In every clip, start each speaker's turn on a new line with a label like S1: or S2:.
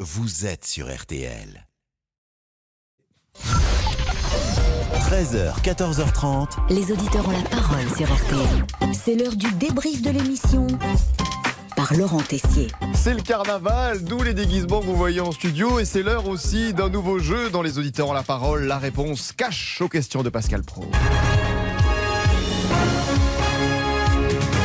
S1: vous êtes sur RTL. 13h, 14h30.
S2: Les auditeurs ont la parole sur RTL. C'est l'heure du débrief de l'émission par Laurent Tessier.
S3: C'est le carnaval, d'où les déguisements que vous voyez en studio, et c'est l'heure aussi d'un nouveau jeu dans les auditeurs ont la parole. La réponse cache aux questions de Pascal Pro.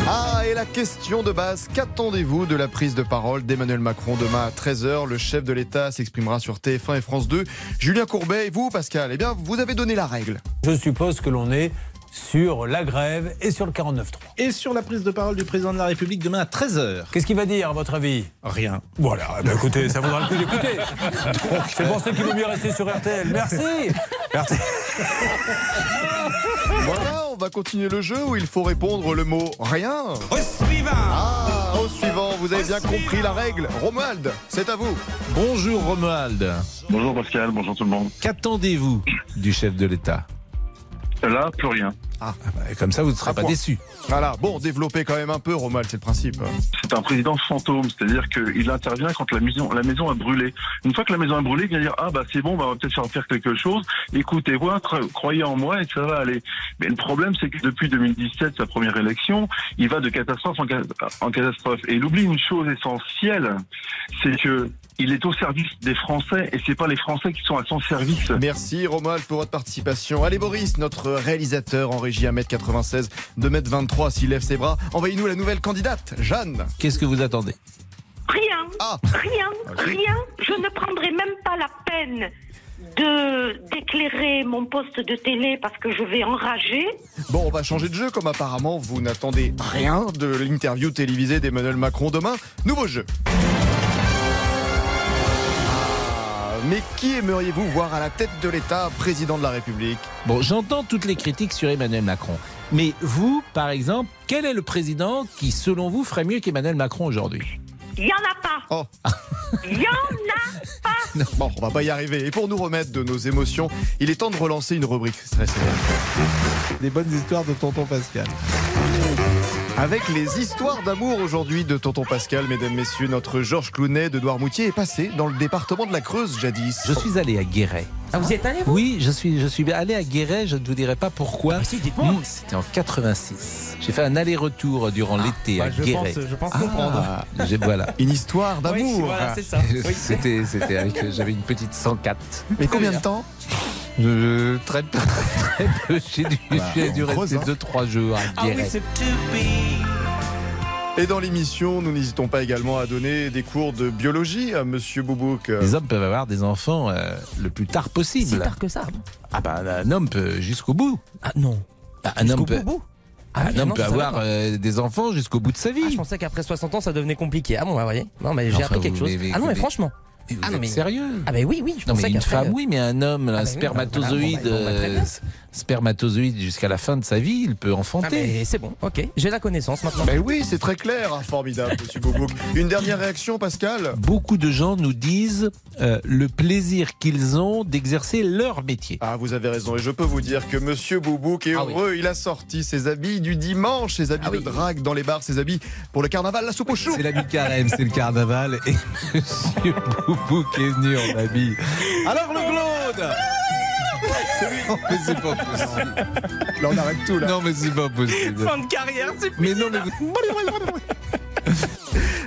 S3: Ah, et la question de base, qu'attendez-vous de la prise de parole d'Emmanuel Macron demain à 13h Le chef de l'État s'exprimera sur TF1 et France 2. Julien Courbet et vous, Pascal, eh bien, vous avez donné la règle.
S4: Je suppose que l'on est sur la grève et sur le 49.3.
S5: Et sur la prise de parole du président de la République demain à 13h.
S4: Qu'est-ce qu'il va dire, à votre avis
S5: Rien.
S4: Voilà, eh ben écoutez, ça vaudra le coup d'écouter. C'est pour ça qu'il vaut mieux rester sur RTL. Merci
S3: Voilà, on va continuer le jeu où il faut répondre le mot rien.
S6: Au suivant
S3: Ah, au suivant, vous avez bien compris la règle. Romuald, c'est à vous.
S5: Bonjour Romuald.
S7: Bonjour Pascal, bonjour tout le monde.
S5: Qu'attendez-vous du chef de l'État
S7: Là, plus rien.
S5: Bah, Comme ça, vous ne serez
S3: Un
S5: pas
S3: point.
S5: déçu.
S3: Voilà, bon, développez quand même un peu, Romuald, c'est le principe.
S7: C'est un président fantôme, c'est-à-dire qu'il intervient quand la maison, la maison a brûlé. Une fois que la maison a brûlé, il vient dire ah bah c'est bon, bah, on va peut-être faire faire quelque chose. Écoutez-moi, cro- croyez en moi et ça va aller. Mais le problème, c'est que depuis 2017, sa première élection, il va de catastrophe en, ca- en catastrophe. Et il oublie une chose essentielle, c'est que il est au service des Français et c'est pas les Français qui sont à son service.
S3: Merci Romuald pour votre participation. Allez Boris, notre réalisateur en régie 1m96, 2m23 s'il lève ses bras. Envoyez-nous la nouvelle candidate, Jeanne.
S5: Qu'est-ce que vous attendez
S8: Rien,
S3: Ah,
S8: rien, rien. Je ne prendrai même pas la peine de d'éclairer mon poste de télé parce que je vais enrager.
S3: bon, on va changer de jeu comme apparemment vous n'attendez rien de l'interview télévisée d'Emmanuel Macron demain. Nouveau jeu. Ah, Mais qui aimeriez-vous voir à la tête de l'État, président de la République
S5: Bon, j'entends toutes les critiques sur Emmanuel Macron. Mais vous, par exemple, quel est le président qui, selon vous, ferait mieux qu'Emmanuel Macron aujourd'hui
S8: Il n'y en a pas.
S3: Oh,
S8: Il y en a pas.
S3: bon, on va pas y arriver. Et pour nous remettre de nos émotions, il est temps de relancer une rubrique très sévère.
S5: Des bonnes histoires de tonton Pascal.
S3: Avec les histoires d'amour aujourd'hui de Tonton Pascal, mesdames, messieurs, notre Georges Clounet de Noirmoutier est passé dans le département de la Creuse jadis.
S5: Je suis allé à Guéret.
S9: Ah, vous y êtes allé, vous
S5: Oui, je suis, je suis allé à Guéret, je ne vous dirai pas pourquoi.
S9: Ah, si, dites-moi.
S5: Mm, C'était en 86. J'ai fait un aller-retour durant l'été à
S9: Bah, je,
S5: Guéret.
S9: pense, je pense
S5: Ah,
S9: comprendre.
S5: j'ai- voilà.
S3: Une histoire
S9: Ah Oui,
S3: d'amour.
S9: voilà, c'est
S5: Ah,
S9: ça. Oui.
S5: C'était, c'était avec, j'avais une petite 104.
S3: Mais combien de temps
S5: Je, je très peu, très peu. J'ai dû,
S9: Bah,
S5: j'ai
S3: en
S5: dû
S3: creuse,
S5: rester
S3: hein.
S5: 2-3 jours à
S9: Ah oui,
S5: Guéret.
S9: c'est to be.
S3: Et dans l'émission, nous n'hésitons pas également à donner des cours de biologie à Monsieur Boubouk.
S5: les hommes peuvent avoir des enfants euh, le plus tard possible.
S9: Si tard que ça.
S5: Ah bah, un homme peut jusqu'au bout.
S9: Ah non.
S5: Ah, Un homme
S9: Jusqu'au
S5: peut,
S9: bout.
S5: un
S9: Ah,
S5: homme
S9: finalement,
S5: peut
S9: je savais
S5: avoir
S9: pas.
S5: euh, des enfants jusqu'au bout de sa vie.
S9: Ah, je pensais qu'après 60 ans, ça devenait compliqué. Ah bon, bah, voyez. Non, mais j'ai
S5: Enfin,
S9: appris quelque
S5: vous
S9: chose.
S5: m'avez-
S9: ah non, mais
S5: vous-
S9: franchement.
S5: Mais vous
S9: Ah non,
S5: êtes
S9: mais-
S5: sérieux
S9: Ah bah oui, oui. Je
S5: Non,
S9: pensais
S5: mais une
S9: qu'après,
S5: femme,
S9: euh,
S5: oui, mais un homme, un
S9: bah oui,
S5: spermatozoïde,
S9: bah, voilà, bon, bah, bon, bah, très bien.
S5: euh, spermatozoïde jusqu'à la fin de sa vie, il peut
S9: Ah,
S5: enfanter.
S9: mais c'est bon, ok. J'ai la connaissance maintenant.
S3: Ben oui, c'est très clair, Ah, formidable, Monsieur Boubouk. Une dernière réaction, Pascal
S5: Beaucoup de gens nous disent euh, le plaisir qu'ils ont d'exercer leur métier.
S3: Ah, vous avez raison. Et je peux vous dire que Monsieur Boubouk est
S9: Ah oui.
S3: heureux. Il a sorti ses habits du dimanche, ses habits
S9: Ah
S3: de
S9: oui.
S3: drague dans les bars, ses habits pour le carnaval, la soupe au chou.
S5: C'est la nuit carême, c'est le carnaval, et Monsieur Boubou qui est venu en habit. Alors le Claude Non mais c'est pas possible.
S3: Là, on arrête tout, là.
S5: Non mais c'est pas possible.
S9: Fin de carrière, c'est
S5: Mais non mais vous-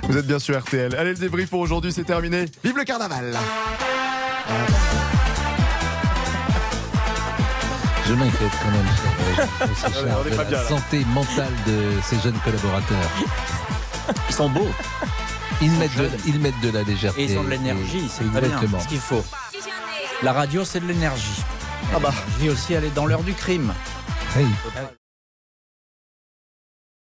S3: Vous êtes bien sur RTL. Allez, le débrief pour aujourd'hui, c'est terminé. Vive le carnaval
S5: je m'inquiète quand même. cher Roger. C'est
S3: Ah Ouais,
S5: cher
S3: on est
S5: de
S3: pas bien,
S5: la
S3: là.
S5: santé mentale de ces jeunes collaborateurs. Ils sont beaux. Ils mettent, de, ils mettent de la légèreté.
S9: Et ils ont de l'énergie, c'est très bien
S5: exactement.
S9: ce qu'il faut. La radio, c'est de l'énergie.
S3: Ah bah.
S9: Je dis aussi, elle est dans l'heure du crime.
S5: Oui.